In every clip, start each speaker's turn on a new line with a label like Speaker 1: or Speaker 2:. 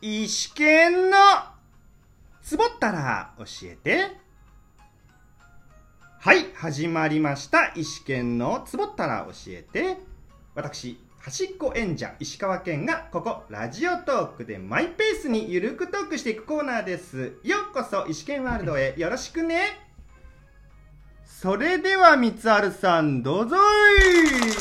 Speaker 1: 石剣のつぼったら教えてはい始まりました石剣のつぼったら教えて私端っこ演者石川県がここラジオトークでマイペースにゆるくトークしていくコーナーですようこそ石剣ワールドへよろしくねそれでは三春さんどうぞい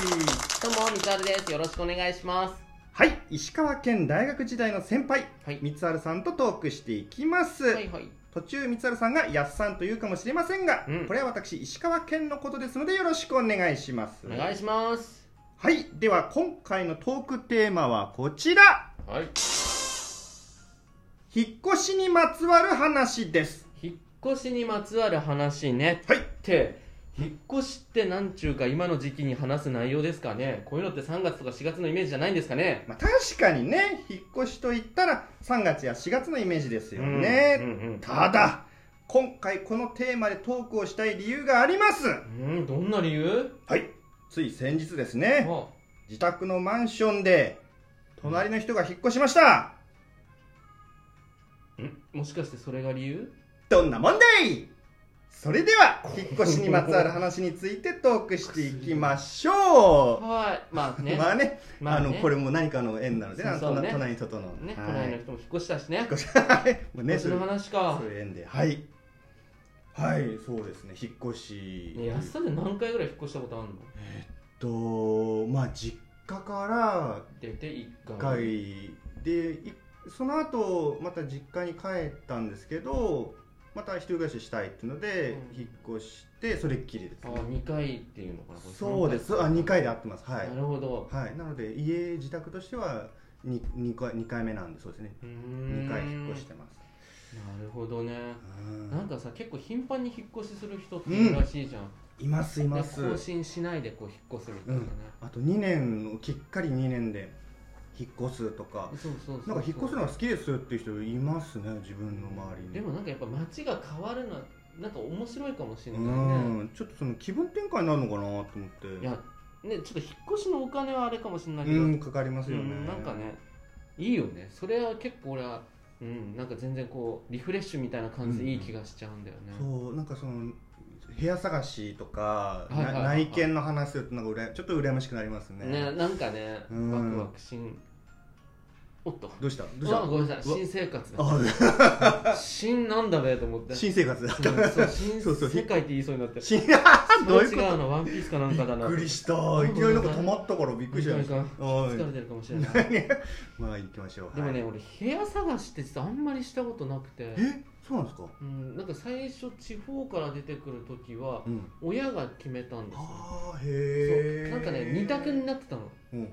Speaker 2: どうも、みつあるです。よろしくお願いします。
Speaker 1: はい石川県大学時代の先輩
Speaker 2: はい。
Speaker 1: 三春さんとトークしていきます、
Speaker 2: はいはい。
Speaker 1: 途中三春さんが「やっさん」と言うかもしれませんが、
Speaker 2: うん
Speaker 1: これは私石川県のことですのでよろしくお願いします
Speaker 2: お願いします。
Speaker 1: はいでは今回のトークテーマはこちら
Speaker 2: はい。
Speaker 1: 引っ越しにまつわる話です
Speaker 2: 引っ越しにまつわる話ね。
Speaker 1: はい
Speaker 2: って、引っ越しってなんちゅうか今の時期に話す内容ですかね。こういうのって3月とか4月のイメージじゃないんですかね。
Speaker 1: まあ、確かにね引っ越しといったら3月や4月のイメージですよ
Speaker 2: う
Speaker 1: ね、
Speaker 2: んうんうん
Speaker 1: た。だ今回このテーマでトークをしたい理由があります
Speaker 2: うん、どんな理由
Speaker 1: はいつい先日です
Speaker 2: あ
Speaker 1: ね自宅のマンションで隣の人が引っ越しました
Speaker 2: んもしかしてそれが理由
Speaker 1: どんな問題それでは引っ越しにまつわる話についてトークしていきましょ
Speaker 2: はい。まあ
Speaker 1: う、
Speaker 2: ね。
Speaker 1: まあね,、
Speaker 2: まあね
Speaker 1: あのこれも何かの縁なのでな
Speaker 2: そうそうね
Speaker 1: 隣との
Speaker 2: ね、
Speaker 1: はい
Speaker 2: 隣の人も引っ越したしね。
Speaker 1: もう
Speaker 2: 引っ
Speaker 1: ね
Speaker 2: 越
Speaker 1: そ
Speaker 2: し
Speaker 1: うい
Speaker 2: の
Speaker 1: う
Speaker 2: 話か
Speaker 1: そう。いう縁ではいはいそうですね引っ越し
Speaker 2: ね、安さで何回ぐらい引っ越したことあるの
Speaker 1: とまあ実家から
Speaker 2: 出て1回。
Speaker 1: 一回でいその後また実家に帰ったんですけどまた一人暮らししたいっていうので、
Speaker 2: うん
Speaker 1: 引っ越してそれっきりです
Speaker 2: あ
Speaker 1: ね
Speaker 2: 2回っていうのかなこれ
Speaker 1: そうですあ2回で会ってますはい
Speaker 2: な、るほど
Speaker 1: はい、なので家自宅としては 2, 二回二回目なんでそうですね
Speaker 2: うーん
Speaker 1: 2回引っ越してます
Speaker 2: なるほどね
Speaker 1: うん
Speaker 2: なんかさ結構頻繁に引っ越しする人って
Speaker 1: うん
Speaker 2: いるらしいじゃん、
Speaker 1: いますい
Speaker 2: で
Speaker 1: ます
Speaker 2: 更新しないでこう引っ越すみたいなね、
Speaker 1: あと2年きっかり2年で引っ越すとか
Speaker 2: そうそうそう
Speaker 1: なんか引っ越すのが好きですっていう人いますね自分の周りに
Speaker 2: でもなんかやっぱ街が変わるのはなんか面白いかもしれな
Speaker 1: う
Speaker 2: いね
Speaker 1: んちょっとその気分転換になるのかなと思って
Speaker 2: いやねちょっと引っ越しのお金はあれかもしれないけ
Speaker 1: う
Speaker 2: ど、
Speaker 1: んかかりますよね、
Speaker 2: うんなんかねいいよねそれは結構俺はうんなんか全然こうリフレッシュみたいな感じでいい気がしちゃうんだよね、
Speaker 1: そうなんかその部屋探しとか、
Speaker 2: はいはいはい
Speaker 1: な
Speaker 2: はい
Speaker 1: 内見の話するとなんかうらやちょっと羨ましくなりますね
Speaker 2: ねなんかね
Speaker 1: うん
Speaker 2: ワクワクしんおっと
Speaker 1: どうしたどうした
Speaker 2: あごめんなさいう
Speaker 1: わ
Speaker 2: 新生活だ
Speaker 1: あ
Speaker 2: 新なんだべと思って
Speaker 1: 新生活だっ
Speaker 2: そ
Speaker 1: た
Speaker 2: うそう新
Speaker 1: そうそう
Speaker 2: 世界って言いそうになって
Speaker 1: 新
Speaker 2: そ
Speaker 1: どうい
Speaker 2: れ
Speaker 1: うこ
Speaker 2: 違うのワンピースかなんかだ
Speaker 1: とび
Speaker 2: な
Speaker 1: っくり
Speaker 2: し
Speaker 1: したいきなりなんか止まったからびっくりした
Speaker 2: た
Speaker 1: よねおい
Speaker 2: 疲れてるかもしれない
Speaker 1: 何まあ行きましょう
Speaker 2: でもね
Speaker 1: はい
Speaker 2: 俺部屋探しって実はあんまりしたことなくて
Speaker 1: えそうなんですか
Speaker 2: うんなんか最初地方から出てくる時は
Speaker 1: うん
Speaker 2: 親が決めたんですよ
Speaker 1: ああ
Speaker 2: そう
Speaker 1: へえ
Speaker 2: なんかね二択になってたの
Speaker 1: うん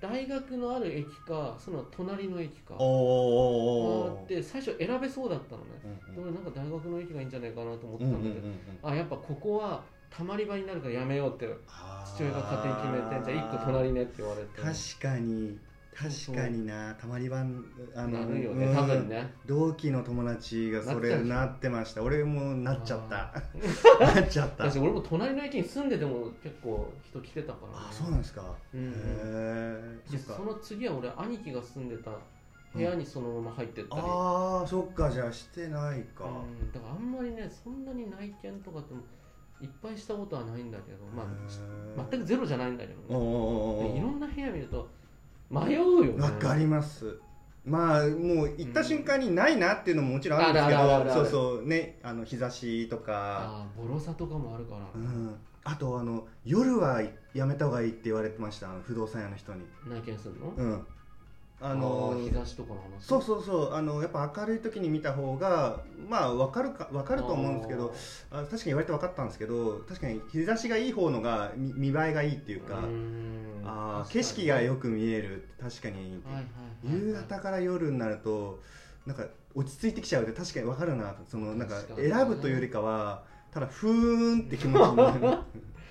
Speaker 2: 大学のある駅かその隣の駅
Speaker 1: お
Speaker 2: か
Speaker 1: ーおー
Speaker 2: あ
Speaker 1: おー
Speaker 2: って最初選べそうだったのね
Speaker 1: うん
Speaker 2: で俺なんか大学の駅がいいんじゃないかなと思って
Speaker 1: う
Speaker 2: た
Speaker 1: ん
Speaker 2: ん
Speaker 1: う
Speaker 2: だ
Speaker 1: ん
Speaker 2: け
Speaker 1: う
Speaker 2: ど、
Speaker 1: んうん
Speaker 2: あやっぱここはたまり場になるからやめようって父親が勝手に決めてじゃあ1個隣ねって言われて
Speaker 1: 確かに
Speaker 2: そうそ
Speaker 1: 確
Speaker 2: う
Speaker 1: かになたまり場あ
Speaker 2: なるよね、
Speaker 1: うん
Speaker 2: 多分ね
Speaker 1: 同期の友達がそれなってました俺もなっちゃった
Speaker 2: あ
Speaker 1: なっちゃった
Speaker 2: 私俺も隣の駅に住んでても結構人来てたからね
Speaker 1: あそうなんですか
Speaker 2: うん
Speaker 1: へえ
Speaker 2: で
Speaker 1: そっ
Speaker 2: そ
Speaker 1: か
Speaker 2: の次は俺兄貴が住んでた部屋にそのまま入ってったり、うん
Speaker 1: ああそっかじゃあしてないか
Speaker 2: だからあんまりねそんなに内見とかってもいっぱいしたことはないんだけどまあ全
Speaker 1: く
Speaker 2: くゼロじゃないんだけ
Speaker 1: おー
Speaker 2: ど、ね、でいろ
Speaker 1: お
Speaker 2: んな部屋見ると迷うよ
Speaker 1: ー
Speaker 2: ね
Speaker 1: わかりますまあもう行った瞬間にないなっていうのももちろんあるんですけ
Speaker 2: うんあるあるあるあ
Speaker 1: ど
Speaker 2: る
Speaker 1: そうそうねあの日差しとか
Speaker 2: ああボロさとかもあるから、
Speaker 1: うん、あとあの夜はやめた方がいいって言われてましたあの不動産屋の人に、
Speaker 2: 内見するの、
Speaker 1: うん、あの
Speaker 2: ー日差しとかの話
Speaker 1: そうそうそうあのやっぱ明るい時に見た方がまあ分かるか分かると思うんですけどあ確かに言われて分かったんですけど確かに日差しがいい方のがみ見栄えがいいっていうか、あー景色がよ
Speaker 2: く
Speaker 1: く見える確かに、
Speaker 2: はいはいはいはい
Speaker 1: 夕方から夜になるとなんか落ち着いてきちゃうって確かに分かるなとそのなんか
Speaker 2: 確かにね
Speaker 1: 選ぶというよりかはただふーんって気持ちにな る。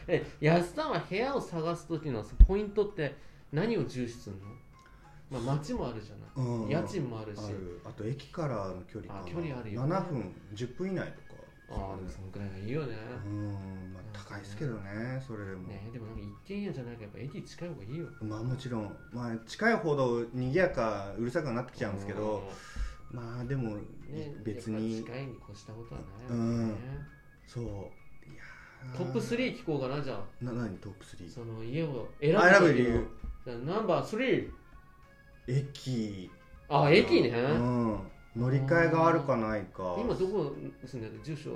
Speaker 2: え安さんは部屋を探す時のポイントって何を重視するの、まあ、街もあるじゃない
Speaker 1: うん
Speaker 2: 家賃もあるし
Speaker 1: あるあと駅からの距離かな
Speaker 2: あ距離あるよね
Speaker 1: 7分10分以内とか
Speaker 2: ああでもそのくらいがいいよね
Speaker 1: うんまあ高いですけどねそれでも、
Speaker 2: ねでもなんか一軒家じゃないからやっぱ駅近い方がいいよ
Speaker 1: まあもちろん、まあ、近いほど賑やかうるさくはなってきちゃうんですけど、まあでも、
Speaker 2: うんね、
Speaker 1: 別
Speaker 2: やっ
Speaker 1: に
Speaker 2: ぱ近いに越したことはないよ
Speaker 1: う
Speaker 2: ね、
Speaker 1: んそういやー
Speaker 2: トップ3聞こうかなじゃあ
Speaker 1: な何トップ 3?
Speaker 2: その家を選ぶ
Speaker 1: あ選ぶ
Speaker 2: 時
Speaker 1: 理
Speaker 2: の
Speaker 1: 由
Speaker 2: じゃあナンバー3
Speaker 1: 駅
Speaker 2: あ駅ね、
Speaker 1: うん乗り換えがあるかないか
Speaker 2: 今どこ住んでる住所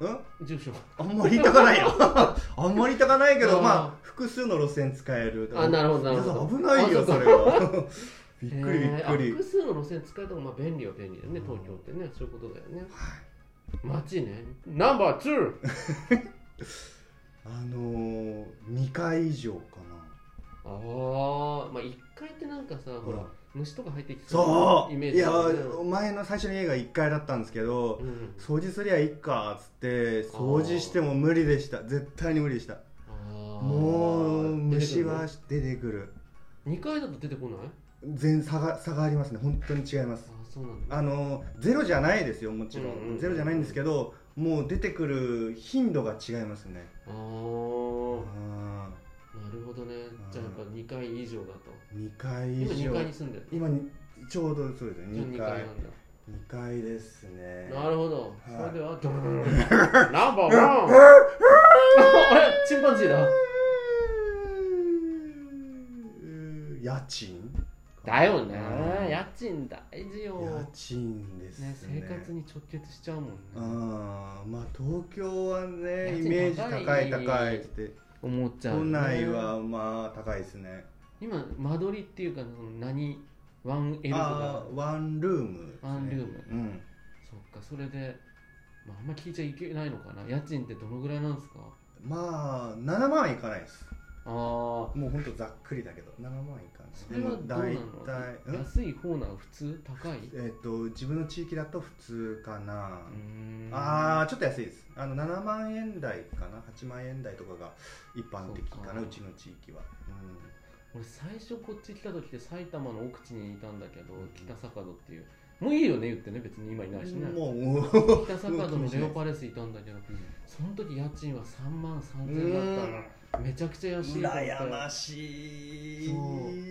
Speaker 1: うん
Speaker 2: 住所
Speaker 1: あんまり痛かない よあんまり痛かないけど
Speaker 2: あー
Speaker 1: まあ複数の路線使える
Speaker 2: あなるほどなるほど
Speaker 1: 危ないよ
Speaker 2: あ
Speaker 1: そ
Speaker 2: そう
Speaker 1: れは びっくりびっ
Speaker 2: えーあ
Speaker 1: くり
Speaker 2: 複数の路線使えた方がまあ便利は便利だよね
Speaker 1: うん
Speaker 2: 東京ってねそういうことだよね街ねナンバー 2!
Speaker 1: あのー、2回以上か
Speaker 2: ああまあ1階ってなんかさ
Speaker 1: な
Speaker 2: ほら
Speaker 1: うん
Speaker 2: 虫とか入ってき
Speaker 1: そ
Speaker 2: そう
Speaker 1: う
Speaker 2: イメー
Speaker 1: い
Speaker 2: ジ
Speaker 1: や
Speaker 2: だよね
Speaker 1: 前の最初の家が1階だったんですけど
Speaker 2: うん
Speaker 1: 掃除すりゃいいかっつって掃除しても無理でした絶対に無理でした
Speaker 2: あー
Speaker 1: もう
Speaker 2: 出てく
Speaker 1: 虫
Speaker 2: るの
Speaker 1: は出てくる
Speaker 2: 2階だと出てこない
Speaker 1: 全差が差がありますね本当に違います
Speaker 2: あそうなんだ
Speaker 1: あのゼロじゃないですよもちろん,、
Speaker 2: うんうんうん
Speaker 1: ゼロじゃないんですけどもう出てくる頻度が違いますね
Speaker 2: ああなるほどねじゃあやっぱ2階以上だと
Speaker 1: 2階以
Speaker 2: 今2
Speaker 1: 上
Speaker 2: 階に住んでる
Speaker 1: 今ちょうどそうですね
Speaker 2: じゃあ2
Speaker 1: 2
Speaker 2: 階
Speaker 1: 階
Speaker 2: なんだ
Speaker 1: 2階ですね
Speaker 2: なるほど、
Speaker 1: はい
Speaker 2: それではドゥルルルルル ナンバーワン あれチンパンジーだ
Speaker 1: 家賃
Speaker 2: だよね
Speaker 1: うん
Speaker 2: 家賃大事よ
Speaker 1: 家賃ですね
Speaker 2: ね生活に直結しちゃうもんね
Speaker 1: あーまあ東京はねイ
Speaker 2: 家賃高い
Speaker 1: メージ高い高いって
Speaker 2: 思っちゃう
Speaker 1: 都
Speaker 2: よね
Speaker 1: 内はまあ高いですね
Speaker 2: 今間取りっていうかその何 1L と
Speaker 1: あ
Speaker 2: か
Speaker 1: ーワンルームですね
Speaker 2: ワンルーム
Speaker 1: うん
Speaker 2: そっかそれで、まあ、あんま聞いちゃいけないのかな家賃ってどのぐらいなんですか
Speaker 1: まあ7万はいかないです
Speaker 2: あー
Speaker 1: もうほんとざっくりだけど7万はいかない
Speaker 2: それはどうな
Speaker 1: で
Speaker 2: の
Speaker 1: も大体うん
Speaker 2: 安い方なの普通高い
Speaker 1: えっと自分の地域だと普通かな
Speaker 2: うーん
Speaker 1: あーちょっと安いですあの7万円台かな8万円台とかが一般的かな
Speaker 2: そううか
Speaker 1: ちの地域は
Speaker 2: 俺最初こっち来た時って埼玉の奥地にいたんだけど北坂戸っていうもういいよね言ってね別に今いないし
Speaker 1: うん
Speaker 2: ね
Speaker 1: もう
Speaker 2: 北坂戸のレオパレスいたんだけどその時家賃は3万
Speaker 1: う
Speaker 2: 3000円だった
Speaker 1: ん
Speaker 2: らめちゃくちゃ安いと思って
Speaker 1: 羨ましい
Speaker 2: そう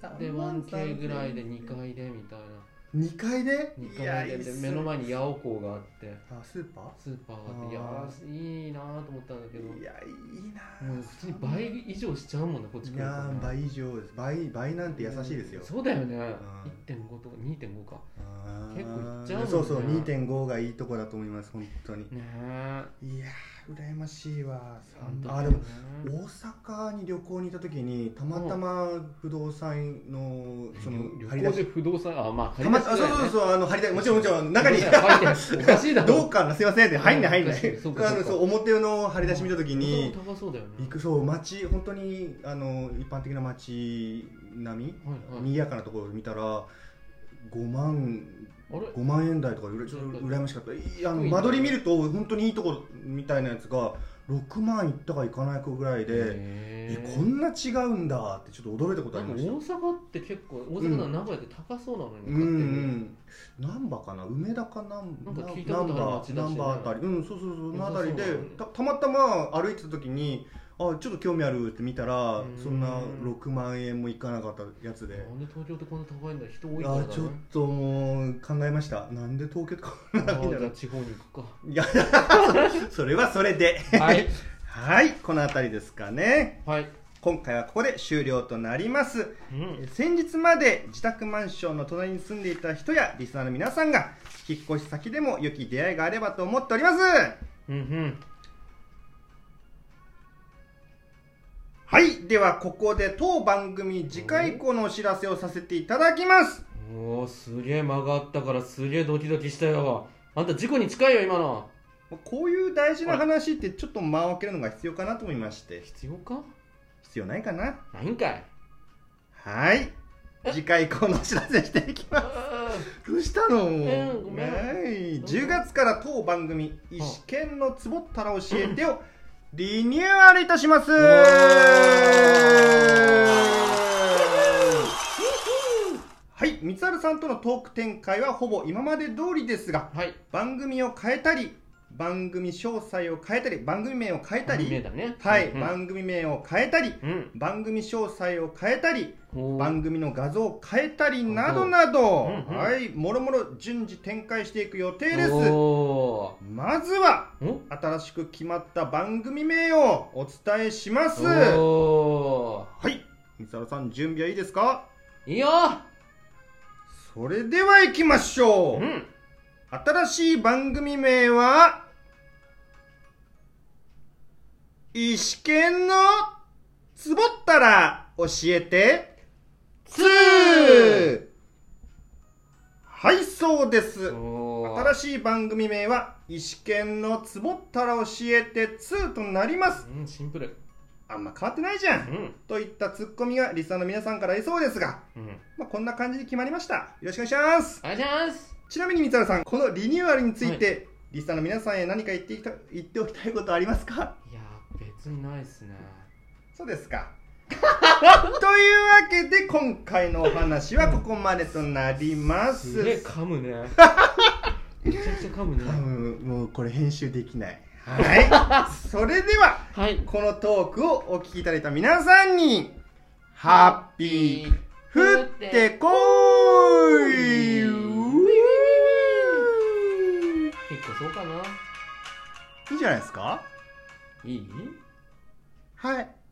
Speaker 1: 3
Speaker 2: で
Speaker 1: 万
Speaker 2: 1K ぐらいで2階でみたいな
Speaker 1: 2階で
Speaker 2: 2
Speaker 1: いや
Speaker 2: 階で
Speaker 1: いい
Speaker 2: で
Speaker 1: っす
Speaker 2: 目の前に八百港があって
Speaker 1: あスーパ
Speaker 2: スーパーがあっていや
Speaker 1: あ
Speaker 2: ーいいなーと思ったんだけど
Speaker 1: ーいやいいな
Speaker 2: もう普通に倍以上しちゃうもんねこっち来
Speaker 1: い
Speaker 2: るとね
Speaker 1: やー倍以上です倍倍なんて優しいですよ、
Speaker 2: うんそうだよね
Speaker 1: ん
Speaker 2: 1.5とか2.5か
Speaker 1: あー
Speaker 2: 結構いっちゃうもんね
Speaker 1: そうそう2.5がいいとこだと思います本当に
Speaker 2: ねえ
Speaker 1: いやー羨ましいわ
Speaker 2: 本当だ
Speaker 1: あ
Speaker 2: よ
Speaker 1: で
Speaker 2: ね
Speaker 1: も大阪に旅行に行った時にたまたま不動産のその
Speaker 2: 旅
Speaker 1: 張り
Speaker 2: 行
Speaker 1: 出
Speaker 2: で
Speaker 1: し
Speaker 2: 不動産あまあ張
Speaker 1: た
Speaker 2: り
Speaker 1: ま
Speaker 2: 出
Speaker 1: あ
Speaker 2: し
Speaker 1: そう
Speaker 2: ぐらいね
Speaker 1: そうそうあの張り出しもちろんもちろん中に
Speaker 2: 入っておかしいだろ
Speaker 1: どうかなすいませんって入んない入んない
Speaker 2: うんそうか
Speaker 1: あの
Speaker 2: そうか
Speaker 1: そう表の張り出し見た時に
Speaker 2: 高そうだよね
Speaker 1: 行くそう街本当にあの一般的な街並み
Speaker 2: はいはい
Speaker 1: 賑やかなところを見たら5万
Speaker 2: あれ
Speaker 1: 5万円台とかうらちょっと羨ましかったいいあの
Speaker 2: 低いね
Speaker 1: 間取り見ると本当にいいところみたいなやつが6万いったかいかないかぐらいでえ
Speaker 2: へえ
Speaker 1: こんな違うんだってちょっと驚いたことあ
Speaker 2: で
Speaker 1: り
Speaker 2: も
Speaker 1: ました
Speaker 2: 大阪って結構大阪の名古屋って高そうなのに
Speaker 1: うんう
Speaker 2: 買ってる
Speaker 1: ん難波かな梅田かなん
Speaker 2: なんか聞いた
Speaker 1: 難
Speaker 2: ことあ
Speaker 1: 波
Speaker 2: る街だしね
Speaker 1: 難波あたりうんそうそうそう
Speaker 2: 良
Speaker 1: あ
Speaker 2: さそう
Speaker 1: た
Speaker 2: だね
Speaker 1: りでたたまたま歩いてた時にあちょっと興味あるって見たら
Speaker 2: うん
Speaker 1: そんな6万円もいかなかったやつで
Speaker 2: なんで東京ってこんな高いんだ人多いから
Speaker 1: あ
Speaker 2: だ
Speaker 1: ちょっ
Speaker 2: ね
Speaker 1: ともう考えましたなんで東京とかこんな
Speaker 2: あ
Speaker 1: に
Speaker 2: ー
Speaker 1: だ
Speaker 2: じ
Speaker 1: ろ
Speaker 2: ゃ
Speaker 1: う
Speaker 2: あ地方に行くか
Speaker 1: いや それはそれで
Speaker 2: はい
Speaker 1: はいこの辺りですかね
Speaker 2: はい
Speaker 1: 今回はここで終了となります
Speaker 2: うん
Speaker 1: 先日まで自宅マンションの隣に住んでいた人やリスナーの皆さんが引っ越し先でも良き出会いがあればと思っております
Speaker 2: うんうん
Speaker 1: はいではここで当番組次回以降のお知らせをさせていただきます
Speaker 2: おおすげえ曲がったからすげえドキドキしたよあんた事故に近いよ今の
Speaker 1: こういう大事な話ってちょっと間を空けるのが必要かなと思いまして
Speaker 2: 必要か
Speaker 1: 必要ないかな
Speaker 2: ないんかい
Speaker 1: はい次回以降のお知らせしていきますどうしたの、
Speaker 2: んごめん
Speaker 1: はい10月から当番組「一見のつぼったら教えて」をリニューアルいたします
Speaker 2: うわ
Speaker 1: はい光晴さんとのトーク展開はほぼ今まで通りですが
Speaker 2: はい
Speaker 1: 番組を変えたり番組詳細を変えたり番組名を変えた
Speaker 2: アニメ
Speaker 1: り、
Speaker 2: だね
Speaker 1: はい
Speaker 2: うん
Speaker 1: 番組名を変えたり
Speaker 2: うん
Speaker 1: 番組詳細を変えたり
Speaker 2: おー
Speaker 1: 番組の画像を変えたりなどなど、
Speaker 2: うんうん
Speaker 1: はい、もろもろ順次展開していく予定です
Speaker 2: お
Speaker 1: まずは
Speaker 2: ーお
Speaker 1: 新しく決まった番組名をお伝えしますは
Speaker 2: お
Speaker 1: い三沢さん準備はいいですか
Speaker 2: ーいいよ
Speaker 1: それでは行きましょ
Speaker 2: う
Speaker 1: うん新しい番組名は石剣のつぼったら教えて
Speaker 2: ツ
Speaker 1: 2はいそうです
Speaker 2: おー
Speaker 1: 新しい番組名は「石剣のつぼったら教えて2」となります
Speaker 2: うんシンプル
Speaker 1: あんま変わってないじゃ
Speaker 2: うんん
Speaker 1: といったツッコミがリスナーの皆さんからいそうですが、
Speaker 2: うん
Speaker 1: まあ、こんな感じで決まりましたよろしくお願いします
Speaker 2: お願いします
Speaker 1: ちなみに三原さんこのリニューアルについて、リスナーの皆さんへ何か言っていきた言っておきたいことありますか
Speaker 2: いや別にないっすね
Speaker 1: そうです かというわけで今回のお話はここまでとなります
Speaker 2: すげえ噛む ねめちゃくちゃ噛むね
Speaker 1: 多分もうこれ編集できないはいそれでは
Speaker 2: はい
Speaker 1: このトークをお聞きいただいた皆さんにハッピー降ってこーい
Speaker 2: 引っ越そうかない
Speaker 1: いじゃないですか
Speaker 2: いい
Speaker 1: はい